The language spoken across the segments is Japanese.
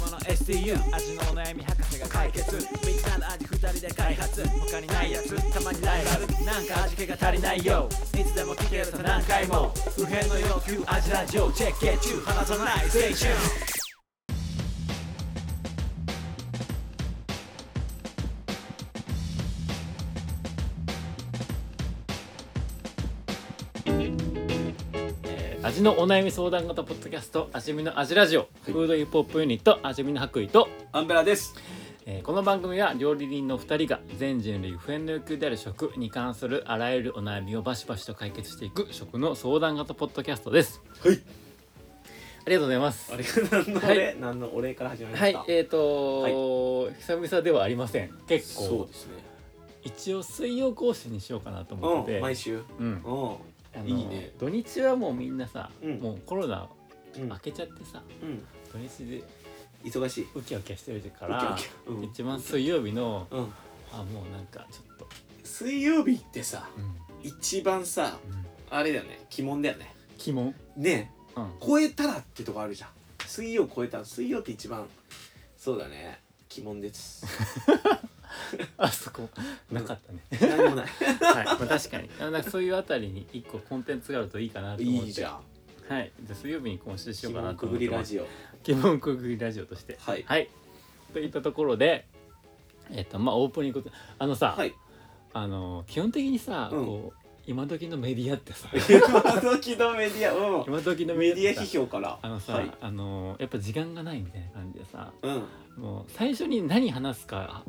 もの STU 味のお悩み博士が解解決決みんなの味二人で開発他にないやつたまにライバルなんか味気が足りないよいつでも聞けると何回も不変の要求味ラジオチェックゲッチュー離さないステーション味のお悩み相談型ポッドキャスト「味見の味ラジオ」フードヒップホップユニット「味見の白衣と」アンベラですえーこの番組は料理人の2人が全人類不変の欲求である食に関するあらゆるお悩みをバシバシと解決していく食の相談型ポッドキャストですはいありがとうございますあれが何の俺、何の俺から始まりまはしいた。えーと久々ではありません結そう構ですね。一応水曜更新にしようかなと思ってうてん、毎週。うんうん、うん、あのいいね土日はもうみんなさ、うんもうコロナ明けちゃってさうん、土日で忙しい。ウキウキしてるかウキらウキうん一番水曜日のうん、あもうなんかちょっと、水曜日ってさ、うん一番さ、うん、あれだよね、鬼門だよね。鬼門、ねえ、 うん、超えたらってとこあるじゃん。水曜超えたら、水曜って一番。そうだね。鬼門です。 あそこなかったね、何もない。はい、まあ、確かに あなんかそういうあたりに一個コンテンツがあるといいかなと思っていいじゃん。はいじゃあ水曜日に今週しよう鬼かな門とく思ぐってりまラすジオ。鬼門くぐりラジオとしてはいはいといったところでえっ、とまあオープニングとあのさ、 はい。あの基本的にさ、うんこう今時のメディ アってさ今時のメディア、うん。今時のメメディディアってさア批評から。あのさ、はい。あのやっぱ時間がないみたいな感じでさうん。もう最初に何話すか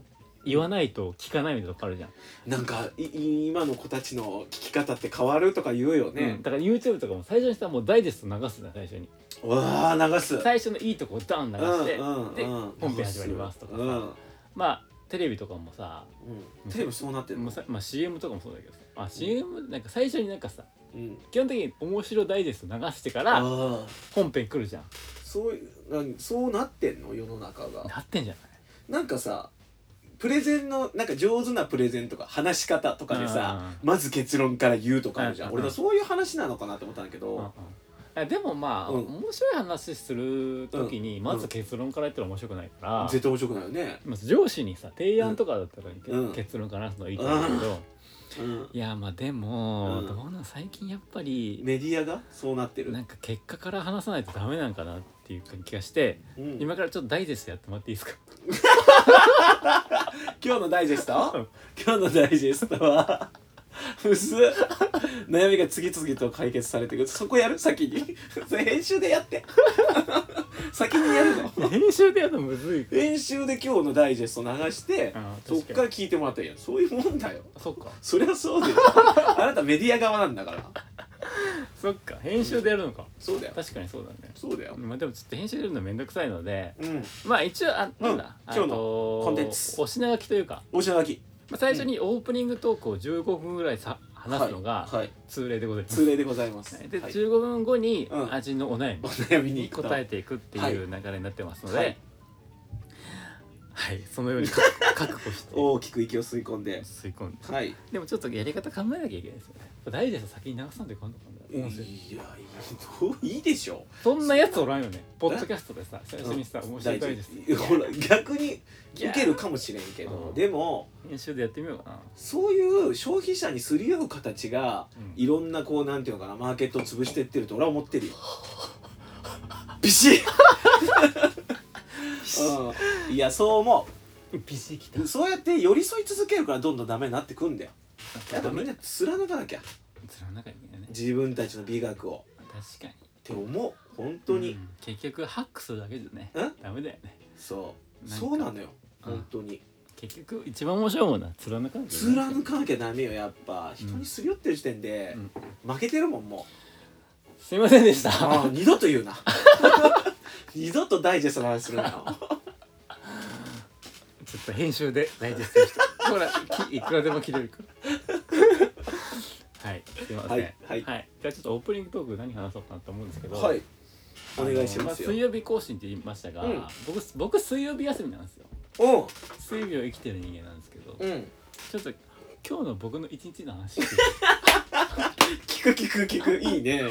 言わないと聞かないみたいなとこあるじゃん、なんかいい今の子たちの聞き方って変わるとか言うようねん、だから YouTube とかも最初にさもうダイジェスト流すんだよ最初にうわー流す最初のいいとこをダン流して、うんうんでうん本編始まりますとかさ、うんまあテレビとかもさうん、テレビそうなってるものうさ、まあ、CM とかもそうだけどさ、あ、CM なんか最初になんかさうん、基本的に面白ダイジェスト流してからああ本編来るじゃんそういうなんそうなってんの世の中がなってんじゃないなんかさプレゼンのなんか上手なプレゼンとか話し方とかでさまず結論から言うとかあるじゃんうん俺はそういう話なのかなと思ったんだけうんうんどあでもまあ、うん面白い話する時にまず結論から言ったら面白くないから、絶対面白くないよねまず上司にさ提案とかだったら、うん結論から話すのはいいと思うけど、うんいやまあでも、うんどうなん最近やっぱりメディアがそうなってるなんか結果から話さないとダメなんかなっていう気がして、うん今からちょっとダイジェストやってもらっていいですか今日のダイジェスうトん今日のダイジェストは 薄っ悩みが次々と解決されていくそこやる先に それ編集でやって 先にやるの練習でやるのむずい編集で今日のダイジェスト流してあーそっから聞いてもらったらいいやんそういうもんだよそっかそりゃそうだ よあなたメディア側なんだからそっか編集でやるのか、そうだよ確かにそうだねそうだよまあでもちょっと編集でやるのめんどくさいのでうんまあ一応あなんだ、うん今日のあとコンテンツお品書きというか、お品書きまあ、最初にオープニングトークを15分ぐらいさ話すのはがいはい通例でございます、通例でございますはいで、はい15分後にうん味のお悩おみ悩みにに答えてていくってはいいう流れになってますので、ははいい、そのように 覚悟覚悟して大きく息を吸い込んで吸い込んで、はいでもちょっとやり方考えなきゃいけないですよね。ダイジェスト先に流さんといかんのかな。音声いやいいどういいでしょそんなやつおらんよね。ポッドキャストでさ、最初にさ、うん面白いダイジェス大丈夫ほら逆にいや受けるかもしれんけうどんでもト編集でやってみようかな。そういう消費者にすり合う形がうんいろんなこうなんていうのかなマーケットを潰してってると俺は思ってるよビシッ、うん、いやそう思ピシきうそうやって寄り添い続けるからどんどんダメになってくんだよやっぱみんな貫かなきゃ貫かなきゃいけないね。自分たちの美学を確かっに。て思う本当に、うん結局ハックするだけじゃね。んダメだよね。そうなんかそうなのようん本当に結局一番面白いものは貫かなきゃいけない。貫かなきゃダメよやっぱ人にすり寄ってる時点でうん負けてるもんもすいませんでした。う、 ああ二度と言うな二度とダイジェストの話するなよちょっと編集でダイジェストして。ほら、きいくらでも切れるから。はい、すいませ ん。はいはいじゃあちょっとオープニングトーク何話そうかなと思うんですけど、はいお願いしままあすよ水曜日更新って言いましたが、うん僕僕水曜日休みなんですよおう水曜日を生きてる人間なんですけど、うんちょっと今日の僕の一日の話聞く聞く聞くいいね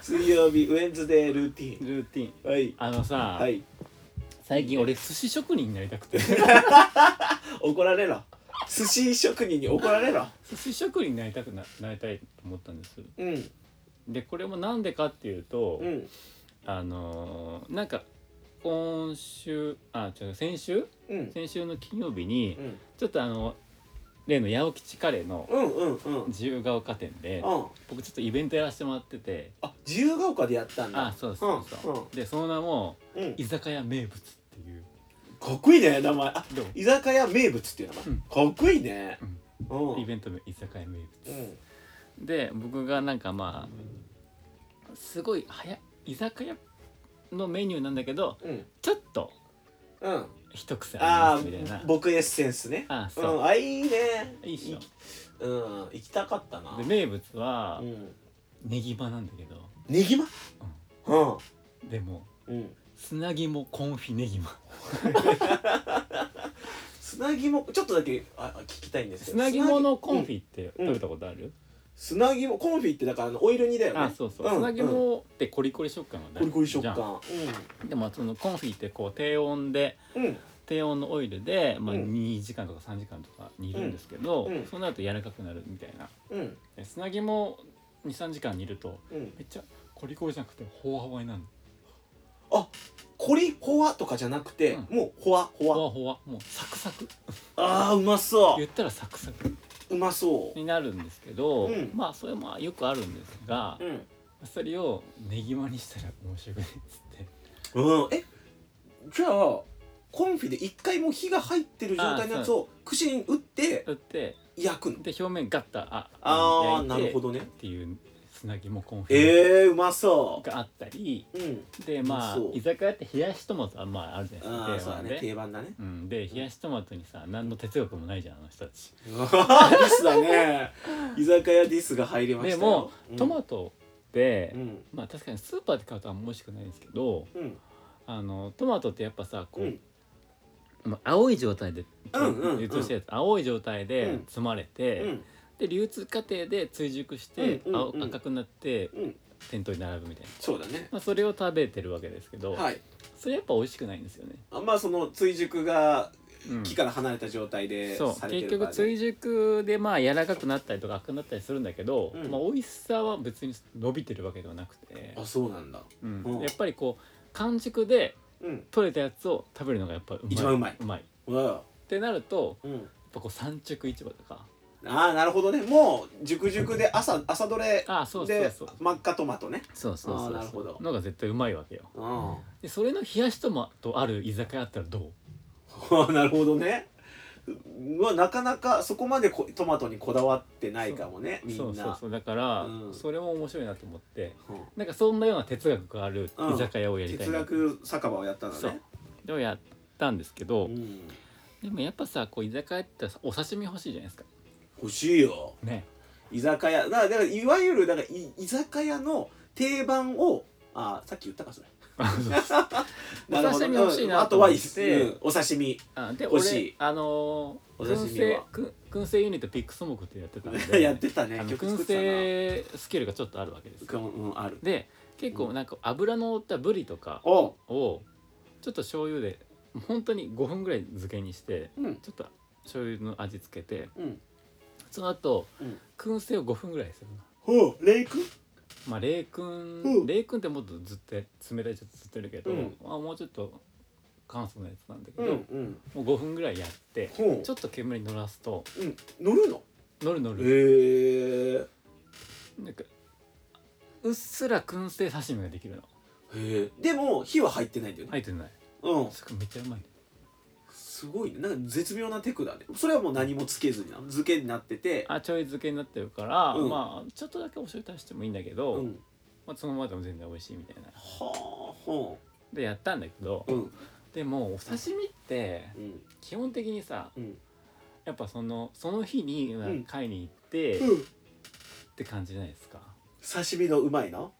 水曜日ウェンズデールーティンルーティン はいあのさ、はい最近俺寿司職人になりたくて 怒られろ寿司職人に怒られろ寿司職人になりたくななりたいと思ったんですうんでこれもなんでかっていうと、うんあのーなんか今週あ違う先週うん先週の金曜日に、うんちょっとあの例の八百吉カレーのうんうんうんうん自由が丘店で、僕ちょっとイベントやらせてもらってて、あ自由が丘でやったんだあそうですそうですうんうんでその名もうん居酒屋名物っていうかっこいいね名前あどう居酒屋名物っていう名前、うんかっこいいねうんイベント名居酒屋名物うんで僕がなんかまあすごい早い居酒屋のメニューなんだけどうんちょっとうん一癖あありますみたいなあ僕エッセンスねあそううん、あいいねいいっしょうん行きたかったなで名物はうんネギ場なんだけどねぎまうんでもうん砂肝コンフィネギマ砂肝ちょっとだけああ聞きたいんですけど砂肝のコンフィィって食べたことある、砂肝コンフィってだからあのオイル煮だよねあそうそう、ん砂うん肝ってコリコリ食感がコリコリ食じゃん感でもそのコンフィってこう低温でうんうん低温のオイルで、まあ、うん2時間とか3時間とか煮るんですけど、うんうんそうなると柔らかくなるみたいなうんで砂肝23時間煮るとうんめっちゃコリコリじゃなくてほわほわになるのあコリホワとかじゃなくて、うんもうホワホワほわほわもうサクサクあーうまそ言ったらサクサクううまそうになるんですけど、うんまあそれもよくあるんですが、うん、それをネギマにしたら面白くないっつってうん、えじゃあコンフィで一回もう火が入ってる状態のやつを串に打って打って焼くので表面ガッとあああ焼いてなるほどねっていう砂肝コンフィえー、うまそがあったり、ううんでまあそう居酒屋って冷やしトマトあ,、まあ、あるじゃないあであすそうかだ定ね番で、定番だねうん、で冷やしトマトにさ何の哲学もないじゃんあの人たちうわー ディスだね居酒屋ディスが入りましたでよも、うんトマトって、うんまあ確かにスーパーで買うとあんま美味しくないんですけどうんあのトマトってやっぱさこうう、んまあ、青い状態でうんうんうん流通してるやつ青い状態でうん積まれうて、んで流通過程で追熟して、うんうんうん青赤くなってうん店頭に並ぶみたいな、そうだねまあ、それを食べてるわけですけど、はいそれやっぱ美味しくないんですよね。あまあその追熟がうん木から離れた状態でそうされて結るから、局ね、追熟でまあ柔らかくなったりとか赤くなったりするんだけど、うんまあ、美味しさは別に伸びてるわけではなくてあ、そうなんだうんうんやっぱりこう完熟でうん取れたやつを食べるのがやっぱうまい一番うまいうまいっうわてなるとーうんやっぱこう産直市場とかああなるほどねもう熟熟で朝朝どれあそうそうでそう真っ赤トマトねそうそうあーなそうるほそうどのが絶対うまいわけようんでそれの冷やしトマトある居酒屋あったらどうなるほどねうわなかなかそこまでこトマトにこだわってないかもねみんなそうそうそうだから、うんそれも面白いなと思ってうんなんかそんなような哲学がある居酒屋をやりたい哲な、学酒場をやったんだねでもやったんですけど、うんでもやっぱさこう居酒屋って言ったらお刺身欲しいじゃないですか欲しいよね居酒屋だからだからいわゆるだからい居酒屋の定番をあさっき言ったかそれ なるほど お刺身欲しいうなんあとと思っはていうんお刺身あで欲俺しいあのー、お燻刺身製はく燻製ユニットピックソモクってやってたんで やってたねあの曲作燻って製スキルがちょっとあるわけですたなうんあるで結構なんか油の乗ったブリとかおをちょっと醤油で本当に5分ぐらい漬けにしてうんちょっと醤油の味付けてうんその後、うん燻製を5分ぐらいするのほうレイクまあ冷燻、うん冷燻ってもっとずっと冷たいちょっとずっとるけど、うんまあ、もうちょっと簡素なやつなんだけうど、んうんもう5分ぐらいやってほうちょっと煙に乗らすとうん乗るの乗る乗るへえなんかうっすら燻製刺身ができるのへえでも火は入ってないんだよね入ってないうんそれめっちゃうまいねすごいねなんか絶妙なテクだねそれはもう何もつけずになの漬けになっててあちょい漬けになってるから、うんまあちょっとだけお醤油足してもいいんだけど、うんまあ、そのままでも全然美味しいみたいなはあほでやったんだけど、ううんでもお刺身ってうん基本的にさうんやっぱそのその日にまあうん買いに行って、うんって感じじゃないですか刺身のうまいなう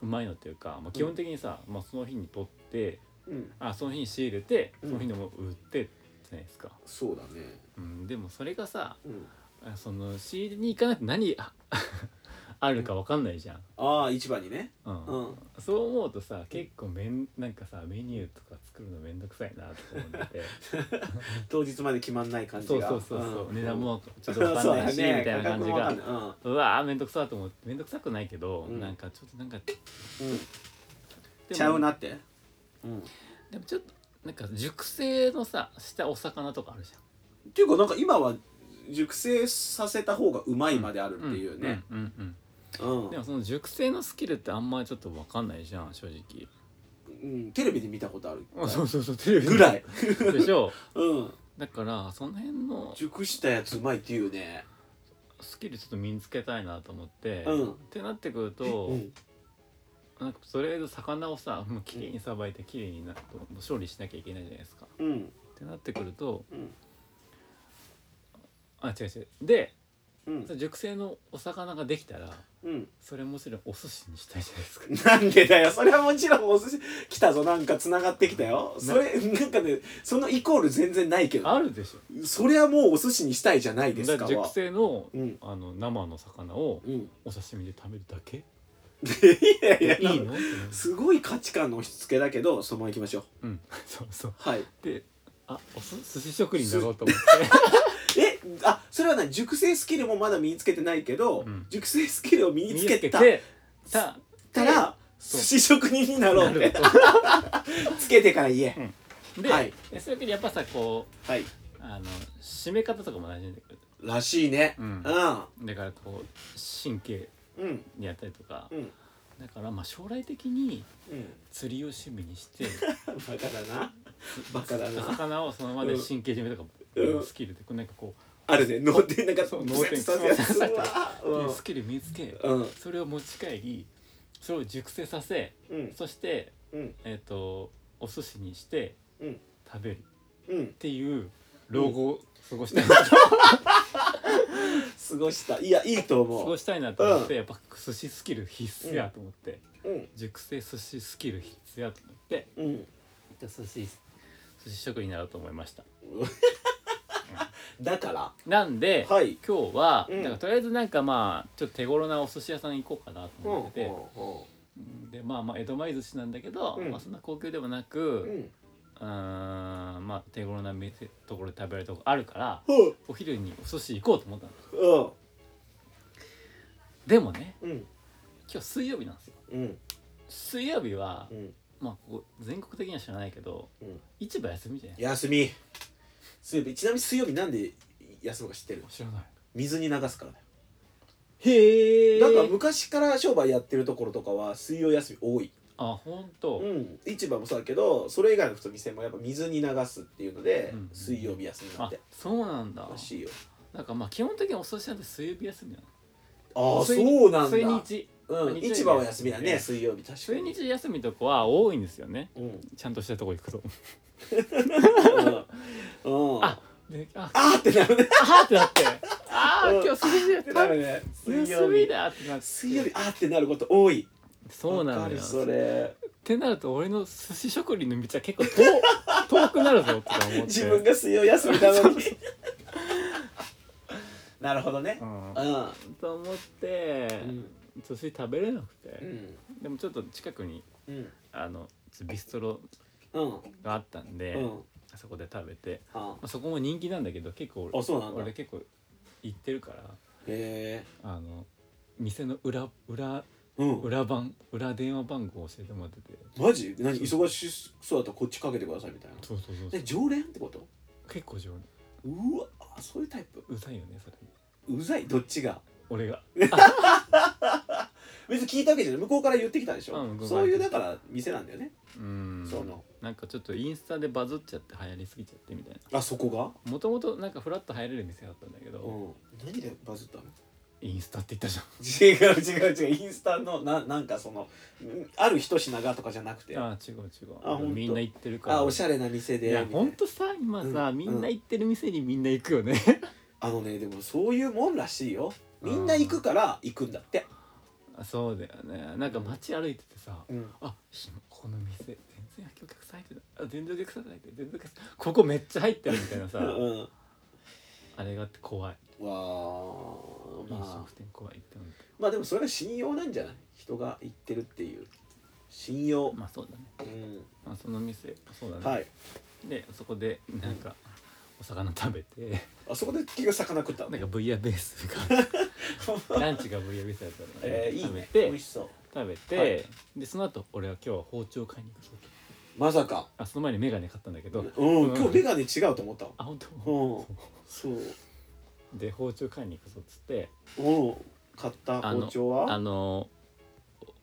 うまいのっていうか、まあ、基本的にさ、まあ、その日に取ってうんあその日に仕入れてうんその日のも売ってじゃないですか、そうだねうん、でもそれがさうんあその仕入れに行かないと何あ あるかわかんないじゃん、ああ市場にねうんうんそう思うとさ結構めんなんかさメニューとか作るのめんどくさいなと思って当日まで決まんない感じそうがそうそうそう、ん値段もちょっとそうわかんないし、そうだねみたいな感じ価格もがわかんないうわーめんどくさと思ってめんどくさくないけど、うんなんかちょっとなんかうんうんでちゃうもなってうんでもちょっとなんか熟成のさしたお魚とかあるじゃんっていうかなんか今は熟成させた方がうまいまであるっていうねうんうんうんうんうんでもその熟成のスキルってあんまりちょっと分かんないじゃん正直うんテレビで見たことあるあそうそうそうテレビぐらいでしょうんだからその辺の熟したやつうまいっていうねスキルちょっと身につけたいなと思って、うんってなってくると、なんかとりあえず魚をさもう綺麗にさばいて綺麗にな処理しなきゃいけないじゃないですか。うんってなってくるとうんあ違う違うでうん熟成のお魚ができたらうんそれもちろんお寿司にしたいじゃないですか。なんでだよそれはもちろんお寿司来たぞなんか繋がってきたよそれなんかねそのイコール全然ないけどあるでしょ。それはもうお寿司にしたいじゃないですだかからは熟成の,、うんあの生の魚をうんお刺身で食べるだけいやいやでいいのってなるすごい価値観の押し付けだけどそのまま行きましょううん そうそう。はいであお寿寿司職人だろうと思って。 えあそれは何熟成スキルもまだ身につけてないけど、うん熟成スキルを身につけたてたたら寿そう司職人になろうってつけてから言え、で、はいでそういう時にやっぱさこうはいあの締め方とかも大事なんだけどらしいねううんんだからこう神経うんにやったりとか、うんだからまあ将来的にうん釣りを趣味にしてバカだな バカだな魚をそのままで神経締めとか、うんスキルでこうなんかこあるね脳天なんかそうブサッとさせるやつ脳天う、うわスキル見つけうんうんそれを持ち帰りそれを熟成させうんそしてうんえっ、とお寿司にしてうん食べるっうんていう老後を過ごした い、過ごしたいやいいと過思ごうしたいなと思って、やっぱ寿司スキル必須やと思って、うん熟成寿司スキル必須やと思ってうんで寿司寿司職人になろうと思いましただからなんで、はい今日は、うんなんかとりあえずなんかまあちょっと手頃なお寿司屋さん行こうかなと思ってて、でまあまあ江戸前寿司なんだけど、うんまあ、そんな高級でもなうんうく、んうーんまあ手頃な店ところで食べれるとこあるからうんお昼にお寿司行こうと思ったのうんでもねうん今日水曜日なんですようん水曜日は、うんまあここ全国的には知らないけどうん市場休みじゃない休み水曜日ちなみに水曜日なんで休むか知ってる知らない水に流すからだよへえだから昔から商売やってるところとかは水曜休み多いあ本当、うん市場もそうだけどそれ以外の普通店もやっぱ水に流すっていうので、うん水曜日休みなんあてそうなんだらしいよなんかまあ基本的にお寿司屋って水曜日休みなのああ水そうなんだ水日うん、日曜日市場は休みだねね水曜日確か水に日休みとこは多いんですよねうん ちゃんとしたとこ行くとうん、うん、あ でああーってなるねあーってなってあ ー今日寿司屋ってなるね休みだってなって水曜日あーってなること多いそうなわかんだるよそっれてなると俺の寿司職人の道は結構遠 遠くなるぞとか思って自分が水曜休みなのに なるほどねうんうんと思って、寿司食べれなくて、うんでもちょっと近くにうんあのビストロうんがあったんで、うんそこで食べて、あまあ、そこも人気なんだけど結構俺あそうなんだ俺結構行ってるからへえあの店の裏裏うん裏番裏電話番号教えてもらっててマジ何忙しそうだったらこっちかけてくださいみたいなそうそうそうえ常連ってこと結構上手うわあそういうタイプうざいよねそれうざいどっちが俺が別に聞いたわけじゃない向こうから言ってきたでしょ、うん向こうからそういうだから店なんだよねうーんそうなのなんかちょっとインスタでバズっちゃって流行りすぎちゃってみたいあそこがなもともとなんかフラッと入れる店だったんだけど、うん何でバズったのインスタって言ったじゃん違う違う違うインスタのななんかそのうんある一品がとかじゃなくてあああ違う違うあほんとみんな行ってるからおしゃれな店でいやみたいほなんとさ今さ、うんみんな行ってる店にみんな行くよねあのねでもそういうもんらしいよみんな行くから行くんだってそうだよねなんか街歩いててさ、うんあひこの店全然お客さん入ってないあ全然お客さん入ってない全然お客さんここめっちゃ入ってるみたいなさうんあれがあって怖いわー飲まあ食店怖いって思ってまあでもそれは信用なんじゃない人が言ってるっていう信用、まあそうだね、うんまあ、その店そうだね、はいでそこでなんかお魚食べ てあそこで結局魚食ったのなんかブイヤベース がランチがブイヤベースだったのねえー、いい食べねて美味しそう食べて、はいでその後俺は今日は包丁買いに行くぞとまさかあその前にメガネ買ったんだけど、うん、うん今日メガネ違うと思ったわあ本う当んそうで包丁買いに行くぞっつってうん買ったあ包の丁あはの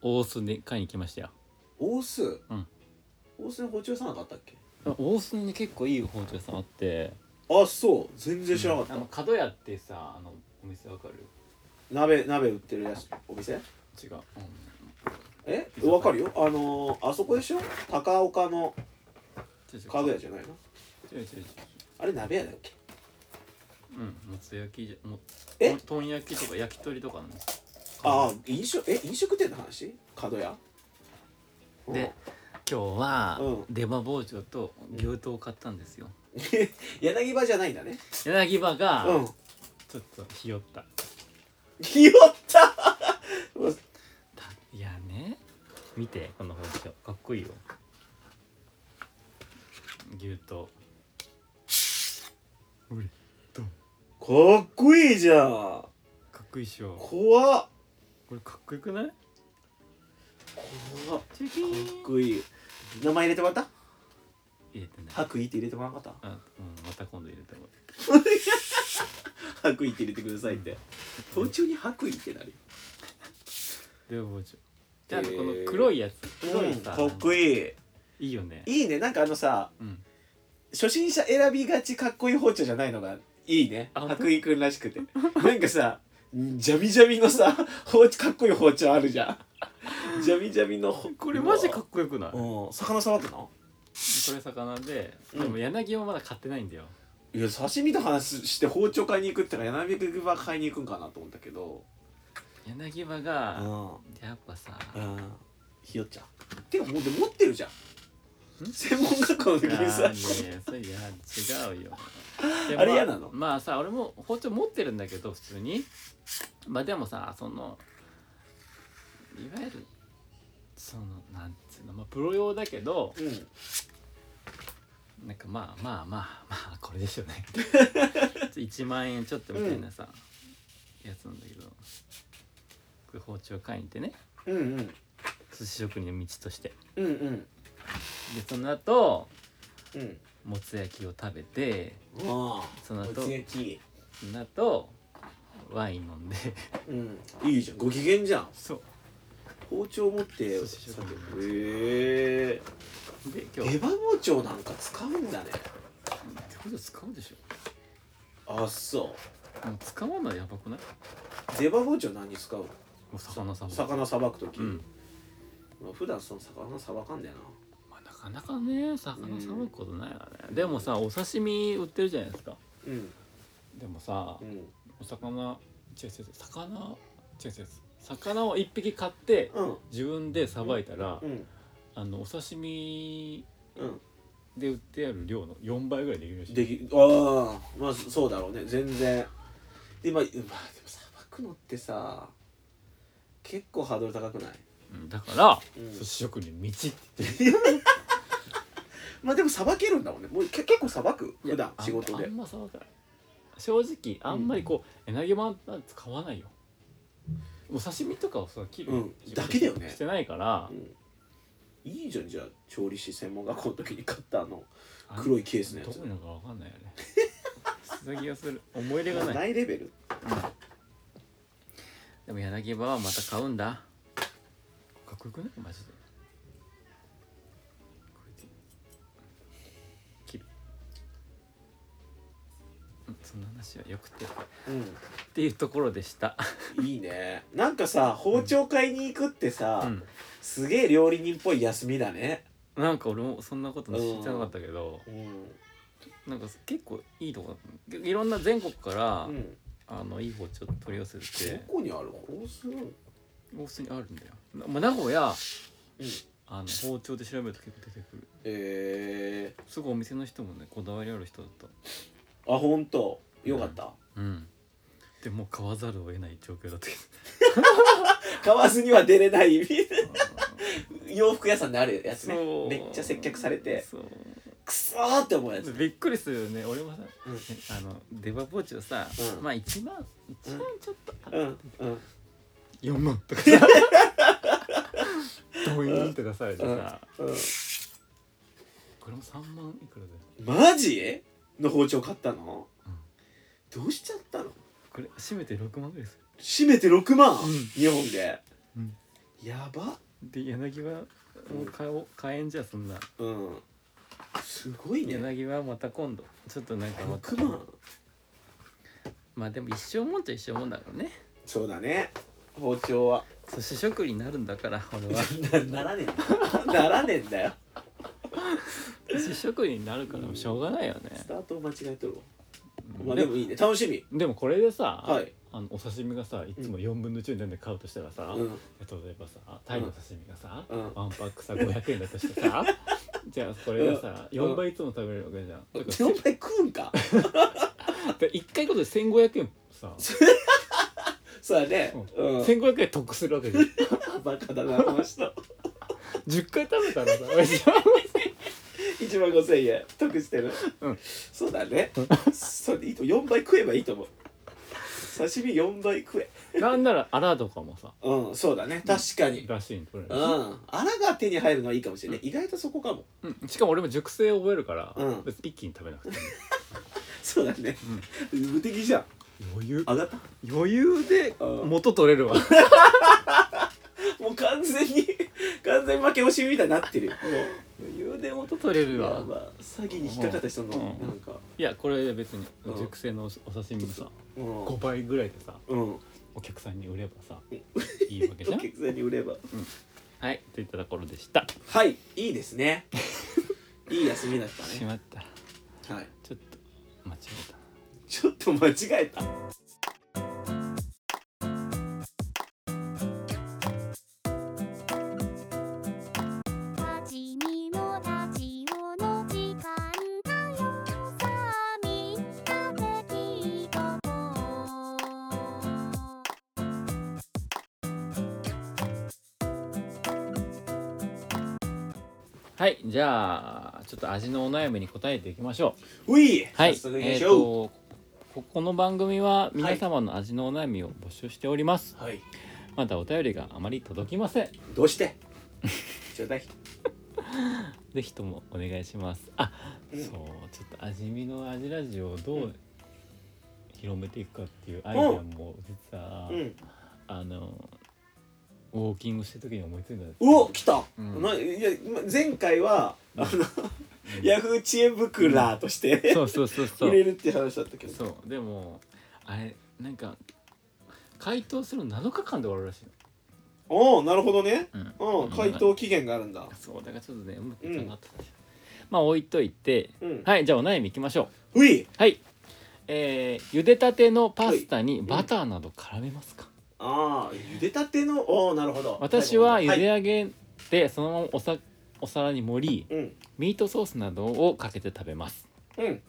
大須に買いに来ましたよ大須うん大須に包丁屋さんなかったっけ大須に結構いい包丁屋さんあってあそう全然知らなかあっの角屋ってさあのお店わかるた鍋鍋売ってるやつお店違う、うんえわかるよあのー、あそこでしょ高岡の違う違う家具屋じゃないの違う違う違うあれ鍋屋だっけうんもつ焼きじゃもえとん焼きとか焼き鳥とかなんですああ飲食え飲食店の話角屋で今日はう出刃包丁と牛刀を買ったんですようん柳葉じゃないんだね柳葉がうん ちょっとひよった、ひよったたいやね見てこの包丁かっこいいよ牛刀ほれドンかっこいいじゃんかっこいいっしょ怖っこれかっこよくない怖っチキかっこいい名前入れてもらった入れてない白衣って入れてもらわなかっあ、うん、また今度入れてもた白衣って入れてくださいって途中に白衣ってなるよらう出刃包丁であとこの黒いやつ黒いさ、かっこいいいいよねいいねなんかあのさうん初心者選びがちかっこいい包丁じゃないのがいいねあ白衣くんらしくてなんかさジャミジャミのさ包丁かっこいい包丁あるじゃんジャミジャミのこれマジかっこよくないこうん魚触ったのれ魚でうんでも柳はまだ買ってないんだよいや刺身の話して包丁買いに行くってか柳葉買いに行くんかなと思ったけど柳葉うがんやっぱさうんひよっちゃんてかもうで持ってるじゃんん専門学校の時いやにーさねそれいや違うよであれま嫌なのまあさ俺も包丁持ってるんだけど普通にまあでもさそのいわゆるそのなんつうのまあプロ用だけどうんなんかまあまあまあまあこれでしょ うね1万円ちょっとみたいなさ、やつなんだけどこれ包丁買いに行ってねうんうん寿司職人の道としてうんうんでその後うんもつ焼きを食べてあそのあ後突撃その後ワイン飲んでうんいいじゃんご機嫌じゃんそ包丁持ってそうそうそうへえうで今出日刃包丁なんか使うんだねこれ使うでしあそょもう使わないやばくないう出刃包丁何に使うのお魚さばく魚さばく時うん、まあ普段その魚さばかんだよなまあ、なかなかね魚さばくことないわね、でもさお刺身売ってるじゃないですかうんでもさ、うんお魚違う違う違う魚違う違う魚を一匹買ってうん自分でさばいたら、うんあのお刺身うんで売ってある量の4倍ぐらいできるらしいできああまあそそうだろうね全然でまあ、まあ、でもさばくのってさ結構ハードル高くないうんだから、うん寿司職人道って言ってまあでもさばけるんだもんねもうけ結構さばく普段仕事あでんまさばかない正直あんまりこう、エナギマンなんて使わないよお刺身とかをさ切る、うんだけだよねしてないからう、んいいじゃんじゃあ調理師専門学校の時に買ったあのあん黒いケースのやどつこにのかわかんないよね しそうな気がする思い入れがないないレベルでも柳葉はまた買うんだかっこよくないマジでこれで切るうんそんな話はよくてっうていうところでした、んいいねなんかさ包丁買いに行くってさ、うん、すげえ料理人っぽい休みだねなんか俺もそんなこと知ってなかったけどうんなんか結構いいとこだったいろんな全国から、うんあのいい包丁取り寄せてどてこにあるこうする普通にあるんだよ、なまあ、名古屋、うんあの包丁で調べると結構出てくるえすごいお店の人もねこだわりある人だったー、あ本当よかった、うんでもう買わざるを得ない状況だったけ買わずには出れない みたいな洋服屋さんであるやつねどめっちゃ接客されてそうくそーって思うやつびっくりするよね俺もさ、うんあのデバポーチをさ、うんまあ1万1万ちょっと、うんうん4万と かさドイーンって出されてさ、うんこれも3万いくらだよマジの包丁買ったの、どうしちゃったのこれ締めて6万ぐらいする締めて6万、ん日本で、うんやばで柳はもう買おう買えんじゃそんなうんすごいね柳はまた今度ちょっとなんかまた6万まあでも一生もんと一生もんだからねそうだね包丁はそう主食になるんだから俺は ならねえならねえんだよ 主食になるからもうしょうがないよね、スタートを間違えとるわ、うんまあでもいいね楽しみでもこれでさ、はいあのお刺身がさいつも4分の1になで買うとしたらさ、うん例えばさタイの刺身がさ、うんワンパックさ500円だとしてさ じゃあこれがさ、うん4倍いつも食べるわけじゃんだからせ4倍食うんか1回ごとで1500円さ、そうだねう、うんん1500円得するわけじゃんバカだなこの人10回食べたらさ俺じ ゃ1万5000円得してる、うんそうだねそれでいいと4倍食えばいいと思う刺身4倍食えあなんならアラとかもさうんそうだね確かにらしいんこれうんアラが手に入るのはいいかもしれない、意外とそこかもうん、しかも俺も熟成を覚えるから、うん別に一気に食べなくてもそうだね、無敵じゃん余裕上がった余裕でうん元取れるわもう完全に 完全負け惜しみみたいになってるよも余裕で元取れうるやわば詐欺に引っかかった人のうんなんかいやこれで別にうん熟成のお刺身もさうん5倍ぐらいでさうんお客さんに売ればさうんいいわけじゃお ん客さんに売ればはいといったところでしたはいいいです ねいい休みだったしねまったはいちょっと間違えたちょっと間違えた立ちにも立ちよの時間だよさあみんなで聞いとこうはいじゃあちょっと味のお悩みに答えていきましょうういはい早速行きまえしょーうとここの番組は皆様の味のお悩みを募集しております、はいまだお便りがあまり届きませんどうして ちょうだいぜひともお願いしますあ、うんそうちょっと味見の味ラジオをどう広めていくかっていうアイデアも実は、うんあのウォーキングしてる時に思いついたんですうお来た、うんないやま前回はあの、ヤフー知恵袋として、そうそうそうそ入れうるっていう話だったけどそうでもあれなんか解凍するの7日間で終わるらしいおおなるほどねの、うん回答期限があるんだそうだからちょっとねうまくいかなかったんですよまあ置いといて、うんはいじゃあお悩みいきましょうういはいえー、茹でたてのパスタにバターなど絡めますか、ああ茹でたてのおおなるほど私は茹でい上げてそのままおさお皿に盛りうんミートソースなどをかけて食べます、うん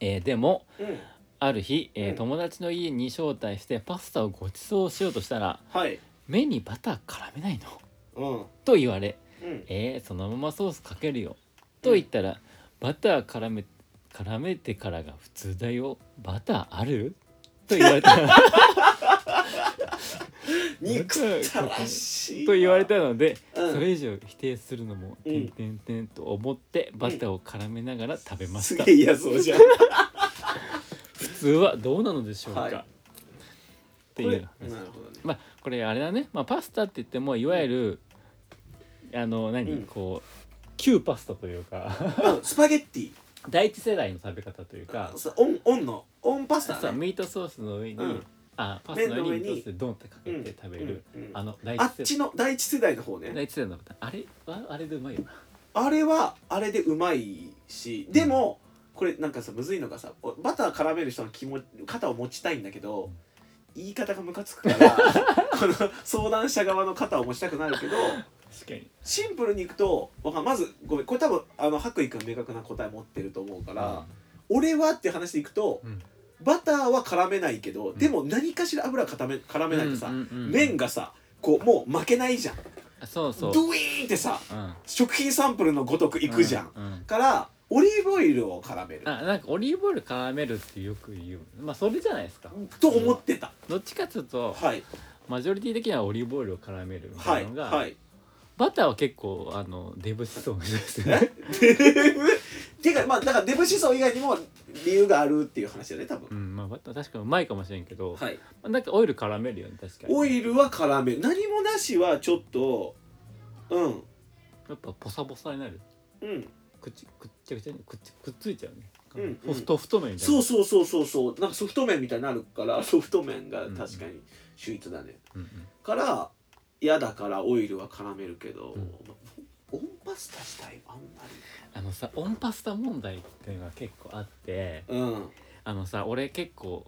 えーでもうんある日、えーうん友達の家に招待してパスタをご馳走しようとしたらはい「目にバター絡めないの?うん」と言われうん「えーそのままソースかけるよ」と言ったら「バター絡め絡めてからが普通だよバターある?」と言われた 憎たらしいと言われたのでうんそれ以上否定するのも「うんてんてんてん」と思ってバターを絡めながら食べましすた、げえ嫌そうじゃん普通はどうなのでしょうか、はいっていうこれ なるほどねまあこれあれだね、まあ、パスタって言ってもいわゆる、あの何、うんこう旧パスタというか うんスパゲッティ第一世代の食べ方というかそうオンオンのオンパスさタねミートソースの上に、うんあパスタの上麺にの上にミートソースでドンってかけて食べる、うんうんうんあの第あっ一世ち代の第一世代の方第ね一世代のあれはあれでうまいよなあれはあれでうまいしでもこれなんかさむずいのがさおバター絡める人の気持ち肩を持ちたいんだけど言い方がムカつくから この相談者側の肩を持ちたくなるけど確かにシンプルにいくとわかんまずごめんこれ多分あの白衣君明確な答え持ってると思うから、俺はっていう話でいくと、うんバターは絡めないけど、でも何かしら油固め絡めないとさ、うんうんうん麺がさこうもう負けないじゃんあそうそドうゥイーンってさうん食品サンプルのごとくいくじゃん、うんうんからオリーブオイルを絡めるあなんかオリーブオイル絡めるってよく言うまあそれじゃないですかと思ってた、どっちかっていうとはいマジョリティ的にはオリーブオイルを絡めるみたはいないのが、はい バターは結構あのデブしそうな人ですねえていうかまあだからデブ思想以外にも理由があるっていう話だね多分、うんまあバター確かにうまいかもしれんけど、はいなんかオイル絡めるよね確かにオイルは絡める何もなしはちょっとうんやっぱポサポサになるうんくっちくっちゃくちゃにくっちくっついちゃうね、うんうんほふと太麺みたいなそうそうそうそうそうなんかソフト麺みたいになるからソフト麺が確かに秀逸だね、うんうんから嫌だからオイルは絡めるけど、うんオンパスタしたいあんまあのさオンパスタ問題っていうのが結構あってりうんあのさ俺結構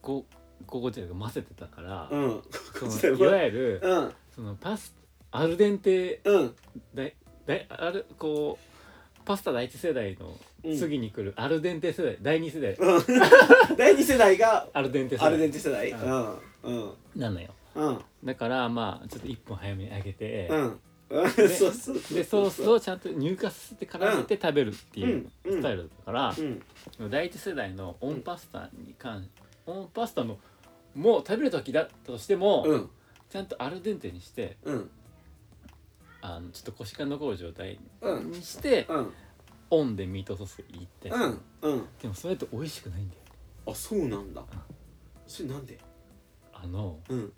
こう高校時代とか混ぜてたから、うん そのいわゆる、うんそのパスアルデンテうんだいだいあるこうパスタ第一世代のうん次に来るアルデンテ世代第二世代第二世代がアルデンテ世アルデン代テ世代ううんうんなのようんだからまあちょっと1分早めに揚げて、うんうんでそうそうそうでソースをちゃんと乳化させて絡めて食べるっていううんうんスタイルだからう、ん第一世代のオンパスタに関オンパスタのもう食べる時だとしても、うんちゃんとアルデンテにしてうんあのちょっと腰が残る状態うんにして、うんオンでミートソースいって、うんうんでもそれだと美味しくないんだよあそうなんだそれなんであのうん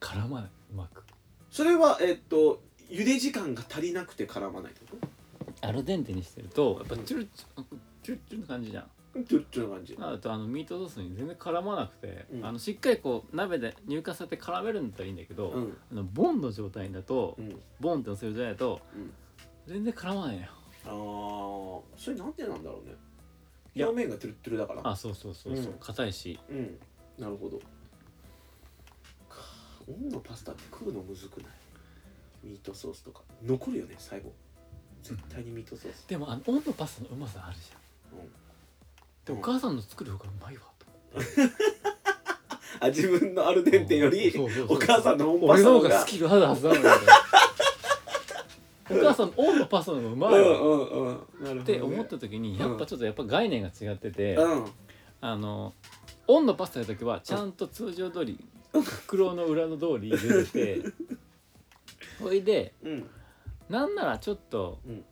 絡まないうまくそれはえっと茹で時間が足りなくて絡まないってこアルデンテにしてるとやっぱチュルチュチュルチュルな感じじゃんとちょっとな感じあとあのミートソースに全然絡まなくて、うんあのしっかりこう鍋で乳化させて絡めるんだったらいいんだけど、うんあのボンの状態だと、うんボンってのせる状態だと、うん全然絡まないのよあーそれなんでなんだろうねいや表面がトゥルットゥルだからあそうそうそうそううん硬、いしうんなるほどかオンのパスタって食うのむずくないミートソースとか残るよね最後絶対にミートソース、でもあのオンのパスタのうまさあるじゃんうんで、うんお母さんの作る方がうまいわとあ自分のアルデンテよりそうそうそうお母さんのオンパ俺スタのの方方ががスキルあるは ずなのよお母さんのオンのパスタの方がうまういんわうんうんなるほど、ね、って思った時にやっぱちょっとやっぱ概念が違ってて、うんあのオンのパスタの時はちゃんと通常通り袋の裏の通り茹 でてほいでうんなんならちょっと、うん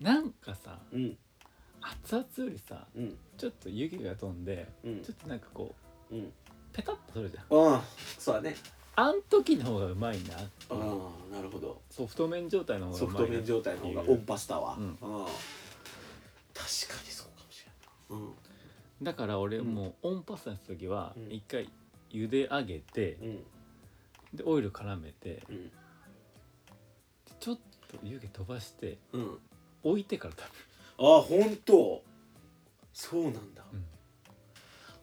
なんかさうん熱々よりさうんちょっと湯気が飛んでうんちょっとなんかこううんペタッとするじゃんああそうだねあん時の方がうまいなああなるほどソフト麺状態の方がソうフまいトな麺状態の方がってオいンうパスタは、うんああ確かにそうかもしれないだから俺うんもうオンパスタの時はうん一回茹で上げてうんでオイル絡めてうんちょっと湯気飛ばしてうんうん置いてから食あ本当そうなんだ、うん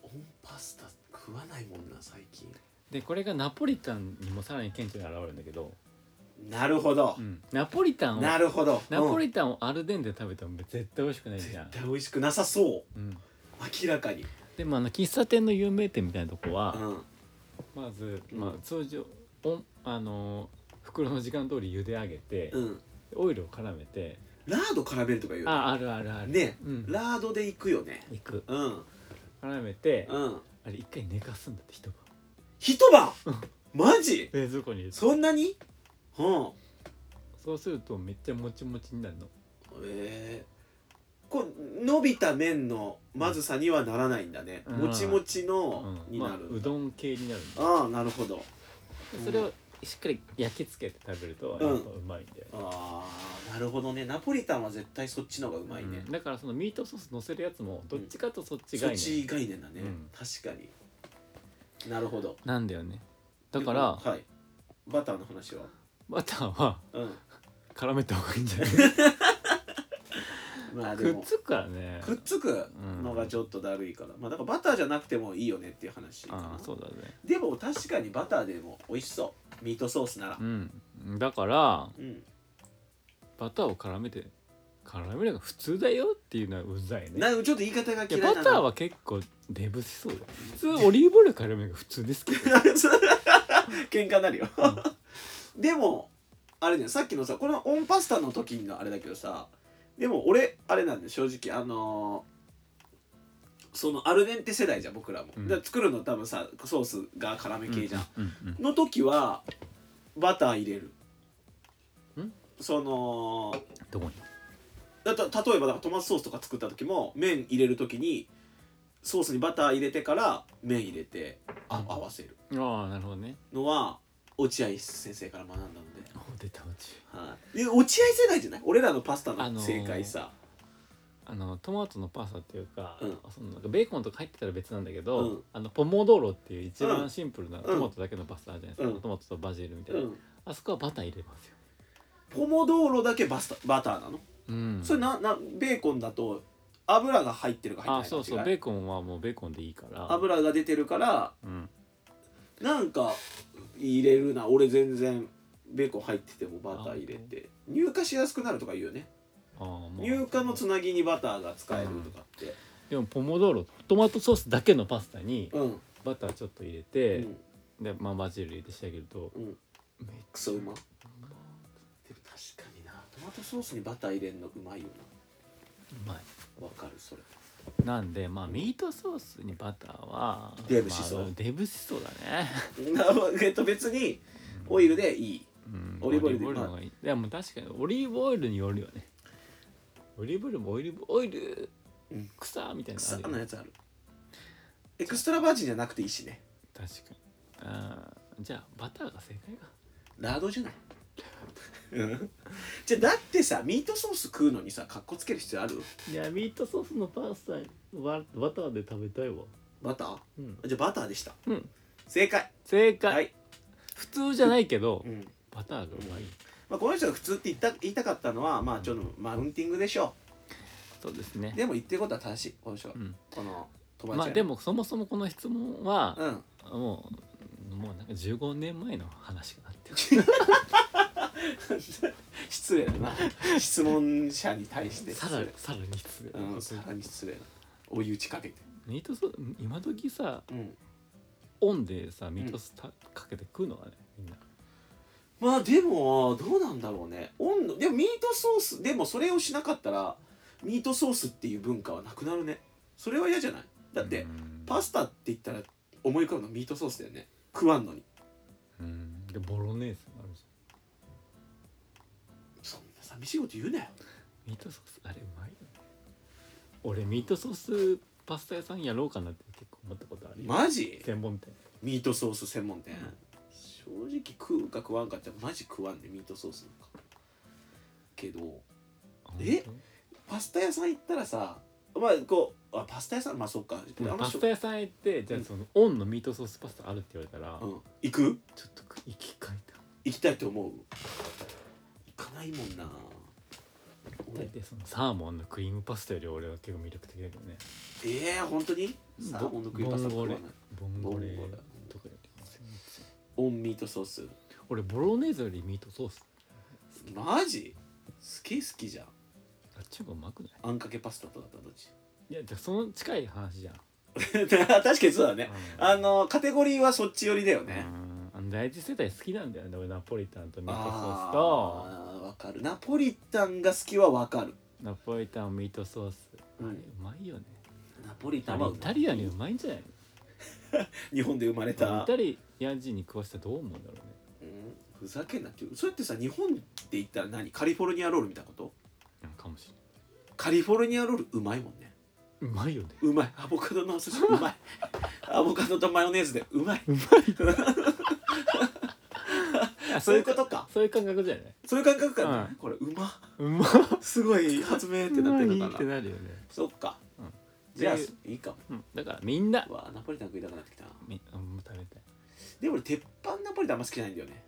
オンパスタ食わないもんな最近べるでこれがナポリタンにもさらに顕著に現れるんだけど、なるほどう、んナポリタンをなナるほどポうんリタンをアルデンで食べても絶対美味しくないじゃん絶、対美味しくなさそううん、明らかにでもあの喫茶店の有名店みたいなとこうは、んまず、うんまあ、通常おんあのー袋の時間通り茹で上げて、うんオイルを絡めてラード絡めるとか言うよああるあるあるねうん、ラードで行くよねいくうん絡めて、うんあれ一回寝かすんだって一晩一晩マジ冷蔵庫に入れてそんなにうんそうするとめっちゃもちもちになるのええこう伸びた麺のまずさにはならないんだね、うんもちもちのうんにまなある、うどん系になるんだああなるほどそれをしっかり焼き付けて食べるとうんやっぱうまいんだよね、ああなるほどねナポリタンは絶対そっちの方がうまいねう、んだからそのミートソース乗せるやつもどっちかとそっちそがっいち概念だね、うん確かになるほどなんだよねだからではいバターの話はバターはうん絡めた方がいいんじゃないまあでくっもつくからねくっつくうんのがちょっとだるいから、まあだからバターじゃなくてもいいよねっていう話かあなあそうだねでも確かにバターでも美味しそうミートソースならうんだからうん、バターを絡めて絡めるのが普通だよっていうのはうざいねなちょっと言い方がい嫌やいなバターは結構デブしそうだよ普通オリーブオイル絡めるのが普通ですけど 喧嘩になるよ、でもあれねさっきのさこのオンパスタの時のあれだけどさでも俺あれなんで正直あのーそのアルデンテ世代じゃん僕らも、うんだから作るの多分さソースが辛め系じゃん、うんうんの時はバター入れるんそのどこにだた例えばだからトマトソースとか作った時も麺入れる時にソースにバター入れてから麺入れてあ合わせるああなるほどねのは落合先生から学んだので,、お出た落ちはい、で落合世代じゃない俺らのパスタあののー正解さ、あのトマトのパスタっていうか,、うんそのなんかベーコンとか入ってたら別なんだけど、うんあのポモドーロっていう一う番んシンプルなトマトだけのパスタあるじゃないですか、うんトマトとバジルみたいうな、ん、あそこはバター入れますよポモドーロだけバスタバターなの、うんそれななベーコンだと油が入ってるか入ってないあかそうそ違うベーコンはもうベーコンでいいから油が出てるからうんなんか入れるな俺全然ベーコン入っててもバター入れて入荷しやすくなるとか言うよねあーまあ入荷のつなぎにバターが使えるとかってでもポモドーロトマトソースだけのパスタにうん、バターちょっと入れうて、んで、まあ、バジル入れて仕上げると、うんめっクソうまでも確かになトマトソースにバター入れるのうまいようまいなわかるそれなんでまあミートソースにバターはデブしそうまあデブしそうだね、なえっと別にオイルでいいうん、オリーブオイルでオの方がいいいやもう確かにオリーブオイルによるよねオリーブオイルもオリーブオイルうん草みたいなのあ草るよのやつあるエクストラバージンじゃなくていいしね確かにあーじゃあバターが正解かラードじゃないじゃあだってさミートソース食うのにさかっこつける必要あるいやミートソースのパスタババターで食べたいわバターうん、じゃあバターでしたうん、正解正解、はい、普通じゃないけどうんバターがうまいまあ、この人が普通って言った言いたかったのはまあちょっとマウンティングでしょそうですねうでも言ってることは正しいこの人は、うんこの友達まあがでもそもそもこの質問はう、んもうもうなんか15年前の話がなってる失礼だ な質問者に対 してさらにさらに失礼なうん、こさとらに失礼な追い打ちかけてミートソース今時さうんオンでさミートソースたかけて食うのがねみんなまあでもどうなんだろうね温度でもミートソースでもそれをしなかったらミートソースっていう文化はなくなるねそれは嫌じゃないだって、うんパスタって言ったら思い浮かぶのミートソースだよね食わんのにうんでボロネーゼもあるじそんな寂しいこと言うなよゃんミートソースあれうまいよね俺ミートソースパスタ屋さんやろうかなって結構思ったことあるよマジ専門店ミートソース専門店、正直食うか食わんかってマジ食わんで、ミートソースなんかけどえ本パスタ屋さん行ったらさまあこうあパスタ屋さんまあそっか当あ俺んまパしょスタ屋さん行ってじゃあそのオンのミートソースパスタあるって言われたら、うん、行くちょっとく生き返った行きたいと思う行かないもんな大俺体そのサーモンのクリームパスタより俺は結構魅力的だけどねえー、本当にサーモンの食いパスタ食わないボンゴボンレゴレとかよりも全然オンミートソース俺ボロネーゼよりミートソースマジ好き好きじゃんあっちの方がうまくないあんかけパスタとだったらどっち いやじゃあその近い話じゃん確かにそうだねうんあのカテゴリーはそっち寄りだよねうんあの第一世代好きなんだよね俺ナポリタンとミートソースとあーわかるナポリタンが好きはわかるナポリタンミートソースあうんれうまいよねナポリタあンれはイタリアにうまいんじゃないの日本で生まれたイ、タリア人に食わしたらどう思うんだろうねうんふざけんなっていうそれってさ日本って言ったら何カリフォルニアロールみたいなことなんかもしカリフォルニアロールうまいもんねれないうまいよねうまいアボカドのお寿司うまいアボカドとマヨネーズでうまいあそういうことかそういう感覚じゃないそういう感覚かな、うんこれうまうまっすごい発明ってなってるのっかてななるよねそっか、うんじゃあっていいいかもうんだからみんなうわナポリタン食いたくなってきたなみあもう食べたいでも俺鉄板ナポリタンあんま好きじゃないんだよね、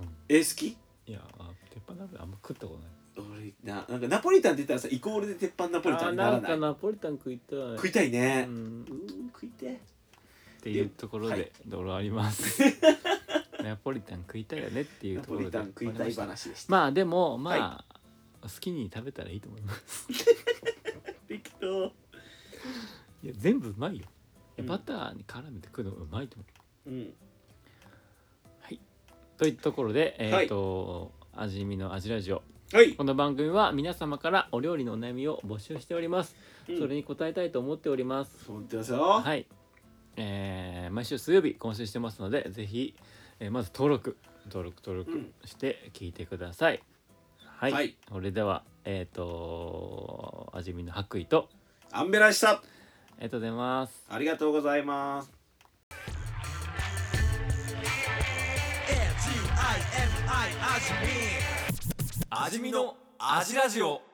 うんえ好きいやあ鉄板鍋あんま食ったことない俺ポリタンなんかナポリタンって言ったらさイコールで鉄板ナポリタンあになならんないかナポリタン食いたい食いたいねう、んうーん食いてえっていうところはでい泥あります ナポリタン食いたいよねっていうナとこポろリでタン食いたい話でしたまあでもまあ、好きに食べたらいいと思います適当いや全部うまいよいやうんバターに絡めて食うのうまいと思うんうというところでえっ、はいと、味見の味ラジオはい、この番組は皆様からお料理のお悩みを募集しております、うんそれに答えたいと思っておりますそう言ってますよはい、はい、えー毎週水曜日更新してますのでぜひ、えーまず登録登録登録して聞いてください、はい、はいそれではえっ、と味見の白衣とアンベラでしたありがとうございますありがとうございます AGIMI 味見味見の味ラジオ